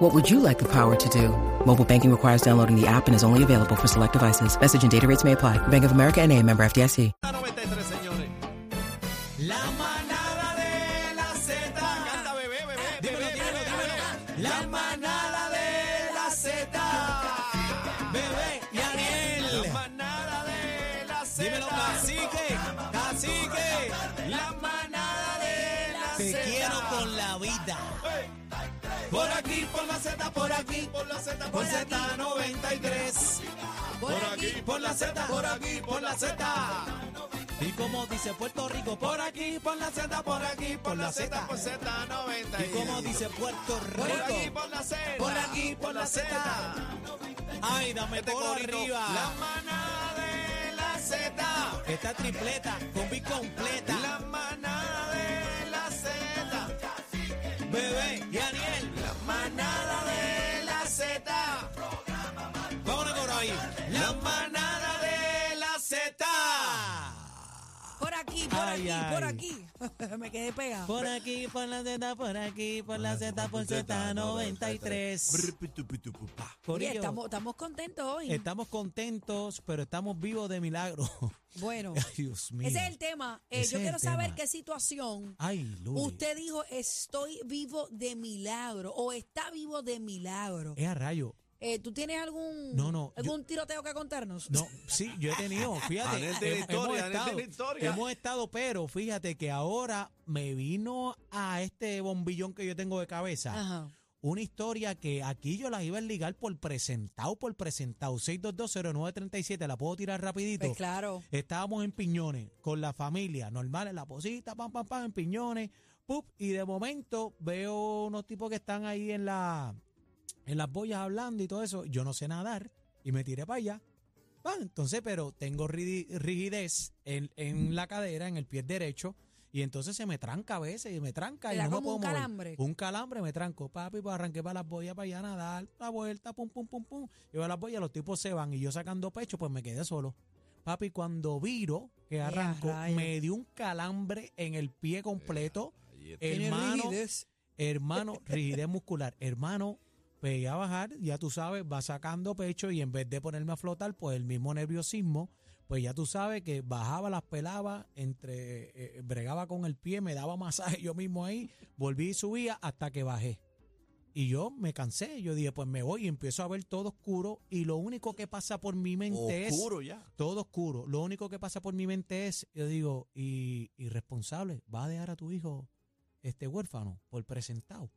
What would you like the power to do? Mobile banking requires downloading the app and is only available for select devices. Message and data rates may apply. Bank of America and a member FDIC. La 93, señores. La manada de la Z. Canta, bebé, bebé. Dímelo, dímelo, dímelo. La manada de la Z. Bebé y Aniel. La manada de la Z. Dímelo, cacique. Cacique. La manada de la Z. Te quiero con la vida. Por aquí, por la Z, por aquí, por la Z, por Z93. Por aquí, por la Z, por aquí, por la Z. Y como dice Puerto Rico, por aquí, por la Z, por aquí, por la Z, por Z90. Y como dice Puerto Rico, por aquí, por la Z, por aquí, por la Z. Ay, dame todo arriba. Este La manada de la Z. Esta tripleta, combi completa. La manada de la Z. Bebé y Aniel. La manada de la Z. Vámonos con ahí. La manada de la Z. Ah. Por aquí, por Ay, aquí, ay. por aquí. Me quedé pegada. Por aquí, por la Z, por aquí, por la Z, por Z93. Por Oye, ello, estamos, estamos contentos hoy. estamos contentos, pero estamos vivos de milagro. Bueno, Ay, Dios mío. ese es el tema. Eh, Ese yo es quiero el saber tema. qué situación. Ay, Luli. Usted dijo, estoy vivo de milagro o está vivo de milagro. Es a rayo. Eh, ¿Tú tienes algún, No, no, algún tiroteo que contarnos? No, sí, yo he tenido, fíjate, Anel tiene he- historia, hemos, Anel estado, tiene historia. hemos estado, pero fíjate que ahora me vino a este bombillón que yo tengo de cabeza Ajá. una historia que aquí yo las iba a ligar por presentado, por presentado, 6220937, la puedo tirar rapidito. Pues claro. Estábamos en Piñones con la familia, normal en la posita, pam, pam, pam, en Piñones, pup, y de momento veo unos tipos que están ahí en, la, en las boyas hablando y todo eso. Yo no sé nadar y me tiré para allá. Ah, entonces, pero tengo ridi- rigidez en, en la cadera, en el pie derecho, y entonces se me tranca a veces, y me tranca Te y da no me como puedo un mover. calambre. Un calambre me tranco, papi, pues arranqué para las boyas para allá a nadar, la vuelta, pum, pum, pum, pum. Yo a las boyas, los tipos se van y yo sacando pecho, pues me quedé solo. Papi, cuando viro que arranco, rayos. me dio un calambre en el pie completo. hermano, hermano, rigidez muscular. Hermano, pegué a bajar, ya tú sabes, va sacando pecho y en vez de ponerme a flotar, pues el mismo nerviosismo, pues ya tú sabes que bajaba, las pelaba, entre, eh, bregaba con el pie, me daba masaje yo mismo ahí, volví y subía hasta que bajé. Y yo me cansé, yo dije, pues me voy y empiezo a ver todo oscuro y lo único que pasa por mi mente es Oscuro ya. todo oscuro. Lo único que pasa por mi mente es, yo digo, y irresponsable, va a dejar a tu hijo este huérfano por presentado.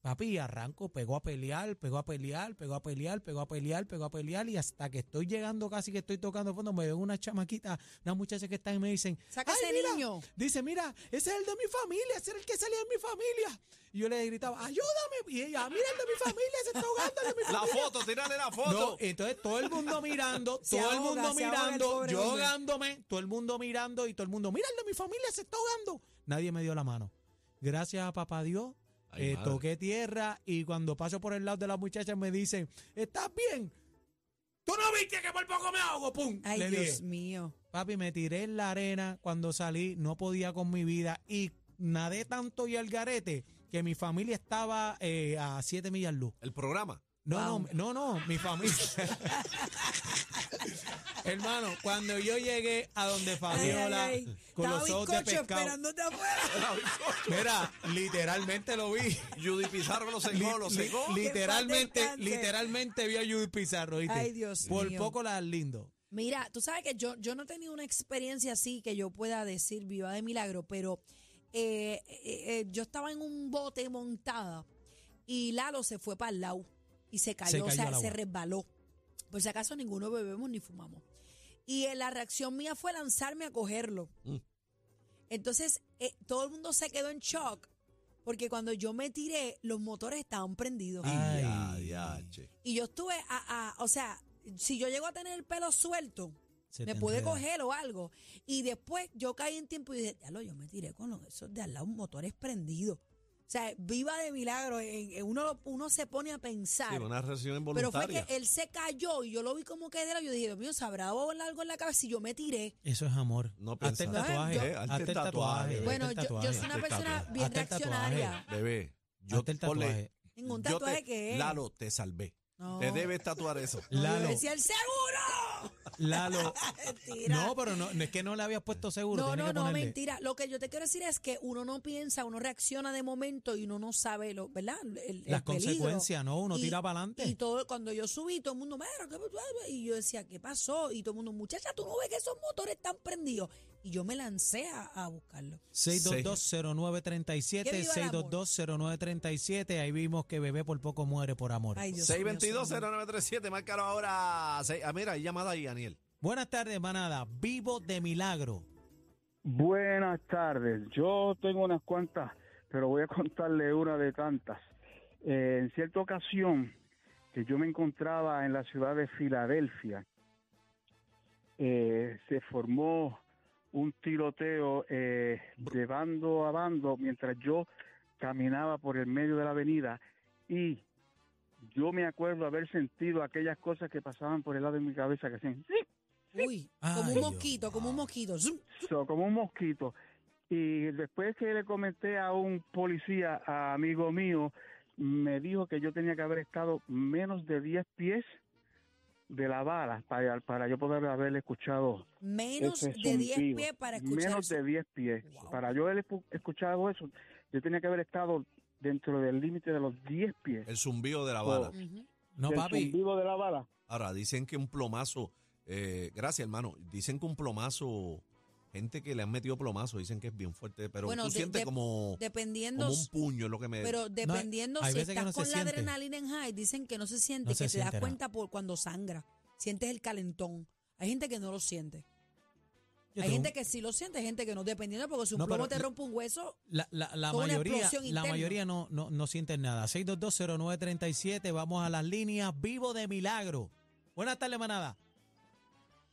Papi, arranco, pegó a pelear, pegó a pelear, pegó a pelear, pegó a pelear, pegó a pelear, y hasta que estoy llegando, casi que estoy tocando fondo, me ven una chamaquita, una muchacha que está y me dicen, Saca ese "Ay, mira". niño. Dice, mira, ese es el de mi familia, ese es el que salía de mi familia. Y yo le gritaba, ayúdame. Y ella, mira el de mi familia, se está ahogando el de mi La familia. foto, tírale la No, eh. foto. entonces todo el mundo mirando, Se todo el ahoga, mundo se ahoga el mirando, pobre yo hombre. ahogándome, todo el mundo mirando y todo el mundo, míralo, mi familia se está ahogando. Nadie me dio la mano. Gracias a papá Dios, Ay, eh, madre. toqué tierra y cuando paso por el lado de las muchachas me dicen, ¿estás bien? ¿Tú no viste que por poco me ahogo? ¡Pum! Ay, Le Dios dije. mío. Papi, me tiré en la arena cuando salí, no podía con mi vida y nadé tanto y al garete que mi familia estaba eh, a siete millas luz. El programa. No, Wow. no, no, no, mi familia. Hermano, cuando yo llegué a donde Ay, ay, Fabiola ay. con Estaba los ojos de bizcocho pescado. esperándote afuera. Mira, literalmente lo vi. Judy Pizarro lo Li- secó, lo li- secó. Que literalmente, en paz descanse. literalmente vi a Judy Pizarro, ¿oíste? Ay, Dios Por mío. poco la lindo. Mira, tú sabes que yo, yo no he tenido una experiencia así que yo pueda decir viva de milagro, pero eh, eh, eh, yo estaba en un bote montada y Lalo se fue para el lado y se cayó, o cayó al sea, agua. se resbaló. Por si acaso ninguno bebemos ni fumamos. Y eh, la reacción mía fue lanzarme a cogerlo. Mm. Entonces, eh, todo el mundo se quedó en shock porque cuando yo me tiré, los motores estaban prendidos. Ay. Ya, ya, che. Y yo estuve a, a- o sea, si yo llego a tener el pelo suelto, Se me te pude enreda. coger o algo. Y después yo caí en tiempo y dije, diablo, yo me tiré con los, esos de al lado, un motor es prendido. O sea, viva de milagro. en- en uno, lo- uno se pone a pensar. Sí, una reacción pero fue involuntaria. que él se cayó y yo lo vi como que de lado. Yo dije, Dios mío, ¿se habrá dado algo en la cabeza? Y yo me tiré. Eso es amor. No hazte el pensar. tatuaje. Eh, Hazte el tatuaje. Bueno, Bueno, hazte yo, el yo este tatuaje. soy una Hazte el persona tatuaje. bien Hazte el tatuaje. reaccionaria. Bebé, yo Yo te el te ponle, tatuaje. Ningún yo tatuaje te- que es. Lalo, te salvé. No. Te debes tatuar eso. No, yo Lalo, decía, ¡el seguro! Lalo. Mentira. No, pero no, no es que no le habías puesto seguro. No, tienes no, que no, ponerle. mentira. Lo que yo te quiero decir es que uno no piensa, uno reacciona de momento y uno no sabe, lo, ¿verdad? El- el Las peligro. consecuencias, ¿no? Uno Y- tira para adelante. Y todo, cuando yo subí, todo el mundo, "Mira, ¿qué pasó?" y yo decía, ¿qué pasó? Y todo el mundo, muchacha, tú no ves que esos motores están prendidos. Y yo me lancé a, a buscarlo. 6220937, Que viva el amor. 6220937. Ahí vimos que bebé por poco muere por amor. Ay, Dios mío, señor. 622-0937, márcalo ahora. Seis- ah, mira, hay llamada ahí, Daniel. Buenas tardes, manada. Vivo de milagro. Buenas tardes. Yo tengo unas cuantas, pero voy a contarle una de tantas. Eh, en cierta ocasión que yo me encontraba en la ciudad de Filadelfia, eh, se formó un tiroteo eh, de bando a bando mientras yo caminaba por el medio de la avenida y yo me acuerdo haber sentido aquellas cosas que pasaban por el lado de mi cabeza que hacían ¡zip! Uy, como Ay, un Dios. mosquito, como un mosquito. Zum. So, como un mosquito. Y después que le comenté a un policía, a amigo mío, me dijo que yo tenía que haber estado menos de 10 pies de la bala para, para yo poder haberle escuchado. Menos ese de 10 zumbido. pies para escuchar. Menos de 10 pies. Wow. Para yo haber escu- escuchado eso, yo tenía que haber estado dentro del límite de los 10 pies. El zumbido de la Oh. bala. Ujú. No, del papi. zumbido de la bala. Ahora, dicen que un plomazo. eh, gracias, hermano. Dicen que un plomazo. Gente que le han metido plomazo, dicen que es bien fuerte. Pero Bueno, tú de- sientes de- como, Dependiendo. como un puño, es lo que me. Pero dependiendo hay si veces que estás no se con la siente. adrenalina en high, dicen que no se siente, No que se te siente das nada. cuenta por cuando sangra, sientes el calentón. Hay gente que no lo siente. Yo hay tengo gente un- que sí lo siente, hay gente que no, dependiendo, porque si un No, plomo pero- te rompe un hueso, La, la, la con una mayoría, explosión la interna. mayoría no, no, no sienten nada. 6220937, vamos a las líneas. Vivo de milagro. Buenas tardes, manada.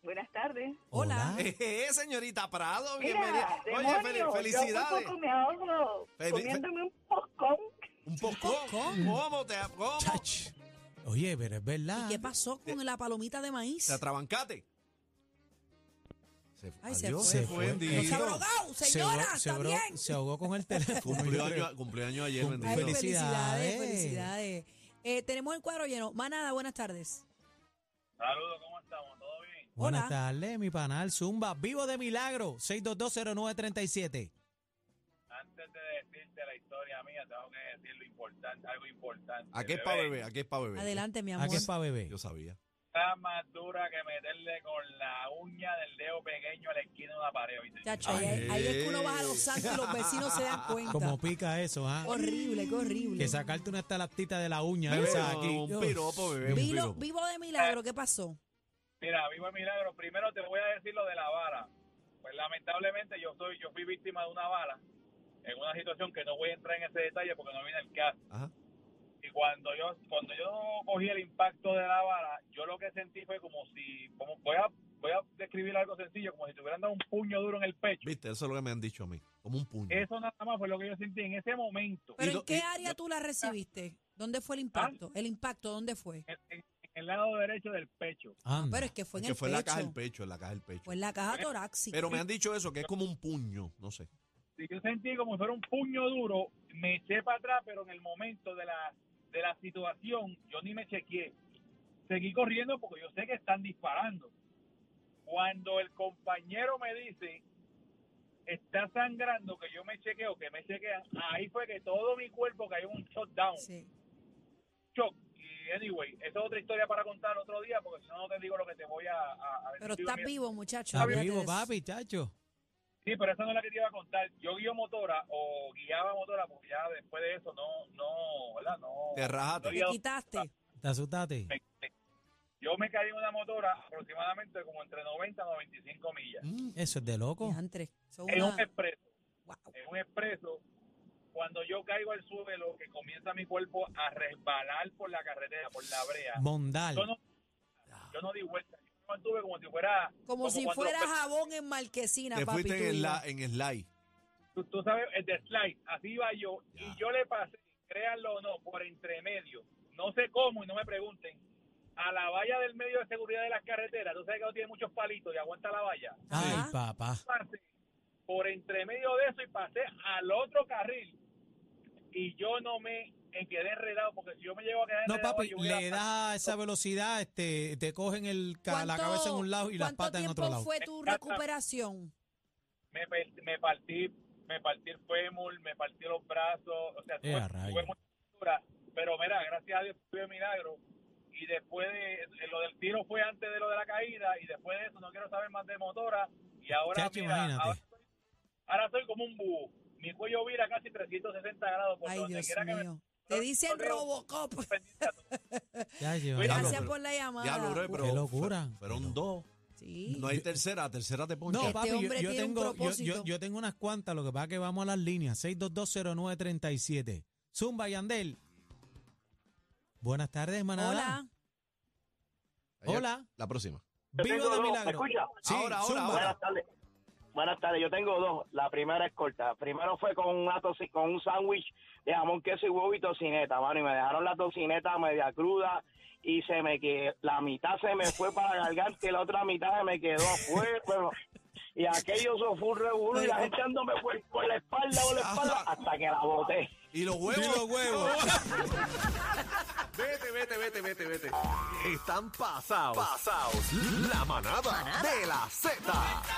Buenas tardes. Hola. Eh, señorita Prado, bienvenida. Mira, Oye, fel- demonio, Yo por felicidades. poco me ahogo Fel- comiéndome un pocón. Un poco. ¿Cómo te cómo? Chach. Oye, pero es verdad. ¿y qué pasó eh, con la palomita de maíz? Te atrabancaste. Se, Ay, se adiós, fue. se fue. Se fue. ¡No bendito. se ha drogado, señora! ahogó- ¡Está ahogó- bien! se ahogó con el teléfono. Cumplió año, cumplió año ayer, Cumplió. bendito. Ay, pues, felicidades, felicidades. Felicidades. Eh, tenemos el cuadro lleno. Manada, buenas tardes. Saludos, ¿cómo estamos? ¿Todo bien? Buenas Hola. tardes, mi panal Zumba. Vivo de milagro. 6220937. Antes de decirte la historia mía, tengo que decir lo importante, algo importante. Aquí es pa' bebé, aquí es pa' bebé. Adelante, mi amor. Aquí es para bebé. Yo sabía. Está más dura que meterle con la uña del dedo pequeño a la esquina de una pared, ¿oíste? Chacho, ahí, Ay. ahí es que uno baja a los santos y los vecinos se dan cuenta. eh. Como pica eso, ¿ah? Ah. horrible, qué horrible. Que sacarte una estalactita de la uña Bebé, esa no, aquí. Un piropo, bebé, un Vilo- piropo. vivo de milagro, ¿qué pasó? Mira, vivo el milagro. Primero te voy a decir lo de la bala. Pues lamentablemente yo soy, yo fui víctima de una bala en una situación que no voy a entrar en ese detalle porque no viene el caso. Ajá. Y cuando yo, cuando yo cogí el impacto de la bala, yo lo que sentí fue como si, como voy a, voy a describir algo sencillo, como si te hubieran dado un puño duro en el pecho. Viste, eso es lo que me han dicho a mí. Como un puño. Eso nada más fue lo que yo sentí en ese momento. ¿Pero Y en do- qué y- área tú la recibiste? ¿Dónde Ah. fue el impacto? ¿El impacto dónde fue? En, en- en el lado derecho del pecho. Anda. Pero es que fue en que el fue en pecho. la caja del pecho, en la caja del pecho. Fue en la caja torácica. Pero me han dicho eso, que es como un puño, no sé. Si yo sentí como si fuera un puño duro, me eché para atrás, pero en el momento de la, de la situación, yo ni me chequeé. Seguí corriendo porque yo sé que están disparando. Cuando el compañero me dice, está sangrando, que yo me chequeo, que me chequean, ahí fue que todo mi cuerpo cayó en un shutdown. Sí. shock. Y anyway, esa es otra historia para contar otro día, porque si no, no te digo lo que te voy a, a, a decir. Pero Digo, estás mira, vivo, muchacho. Está olvídate de vivo, eso. papi, chacho. Sí, pero esa no es la que te iba a contar. Yo guío motora o guiaba motora, porque ya después de eso no, no, ¿verdad? No. Te rajaste. no Te guía- Ah. quitaste. Te asustaste. Yo me caí en una motora aproximadamente como entre 90 a 95 millas. Mm, Eso es de loco. Diantre, eso es En un una- expreso, Guau. en un expreso, cuando yo caigo al suelo, que comienza mi cuerpo a resbalar por la carretera, por la brea. Bondal. Yo no, yo no di vuelta. Yo me mantuve estuve como si fuera. Como si cuando- fuera jabón en marquesina, Te papi. fuiste tú en, ibas. la, en slide. Tú, tú sabes, el de slide, así iba yo. Ya. Y yo le pasé, créanlo o no, por entre medio. No sé cómo y no me pregunten. A la valla del medio de seguridad de las carreteras. Tú sabes que no tiene muchos palitos y aguanta la valla. Ay, Ajá. papá. pasé por entre medio de eso y pasé al otro carril. Y yo no me eh, quedé enredado porque si yo me llego a quedar No, enredado, papi, yo hubiera- le da a esa velocidad, este, te cogen el, ca- la Ah. ¿Cuánto- cabeza en un lado y las patas en otro ¿Cuánto lado. tiempo fue tu recuperación? me, pe- me partí, me partí el fémur, me partí los brazos, o sea, Eh, tuve, a rayos. tuve mucha fractura, pero mira, gracias a Dios tuve milagro y después de lo del tiro fue antes de lo de la caída y después de eso no quiero saber más de motora y ahora Chacho, mira, imagínate. ahora, soy- ahora soy como un búho, mi cuello vira casi 360 grados por Ay, donde Dios quiera que me mío. Te dicen Pero- Robocop. Ya, yo- Mira, Gracias pero- por la llamada. Ya, bro, pero Qué locura. fue- Fueron Qué dos. Sí. No hay tercera, tercera te poncha. No, Este papi, yo- hombre yo, tiene un tengo, yo- yo, propósito. yo tengo unas cuantas, lo que pasa es que vamos a las líneas. 6220937. Zumba Yandel. Buenas tardes, manada. Hola. Ahí- Hola. La próxima. Vivo de milagro. ¿Me escucha? Sí, Ahora, ahora, zumba. ahora. Buenas tardes. Buenas tardes, yo tengo dos. La primera es corta. Primero fue con un con un sándwich de jamón, queso y huevo y tocineta, mano. Y me dejaron la tocineta media cruda y se me que la mitad se me fue para la garganta y la otra mitad se me quedó afuera. Bueno, y aquello eso fue un revuelo y la gente dándome por, por la espalda, por la espalda, hasta que la boté. Y los huevos. Y los huevos. Vete, vete, vete, vete, vete. Están pasados. Pasados. La manada de la Z.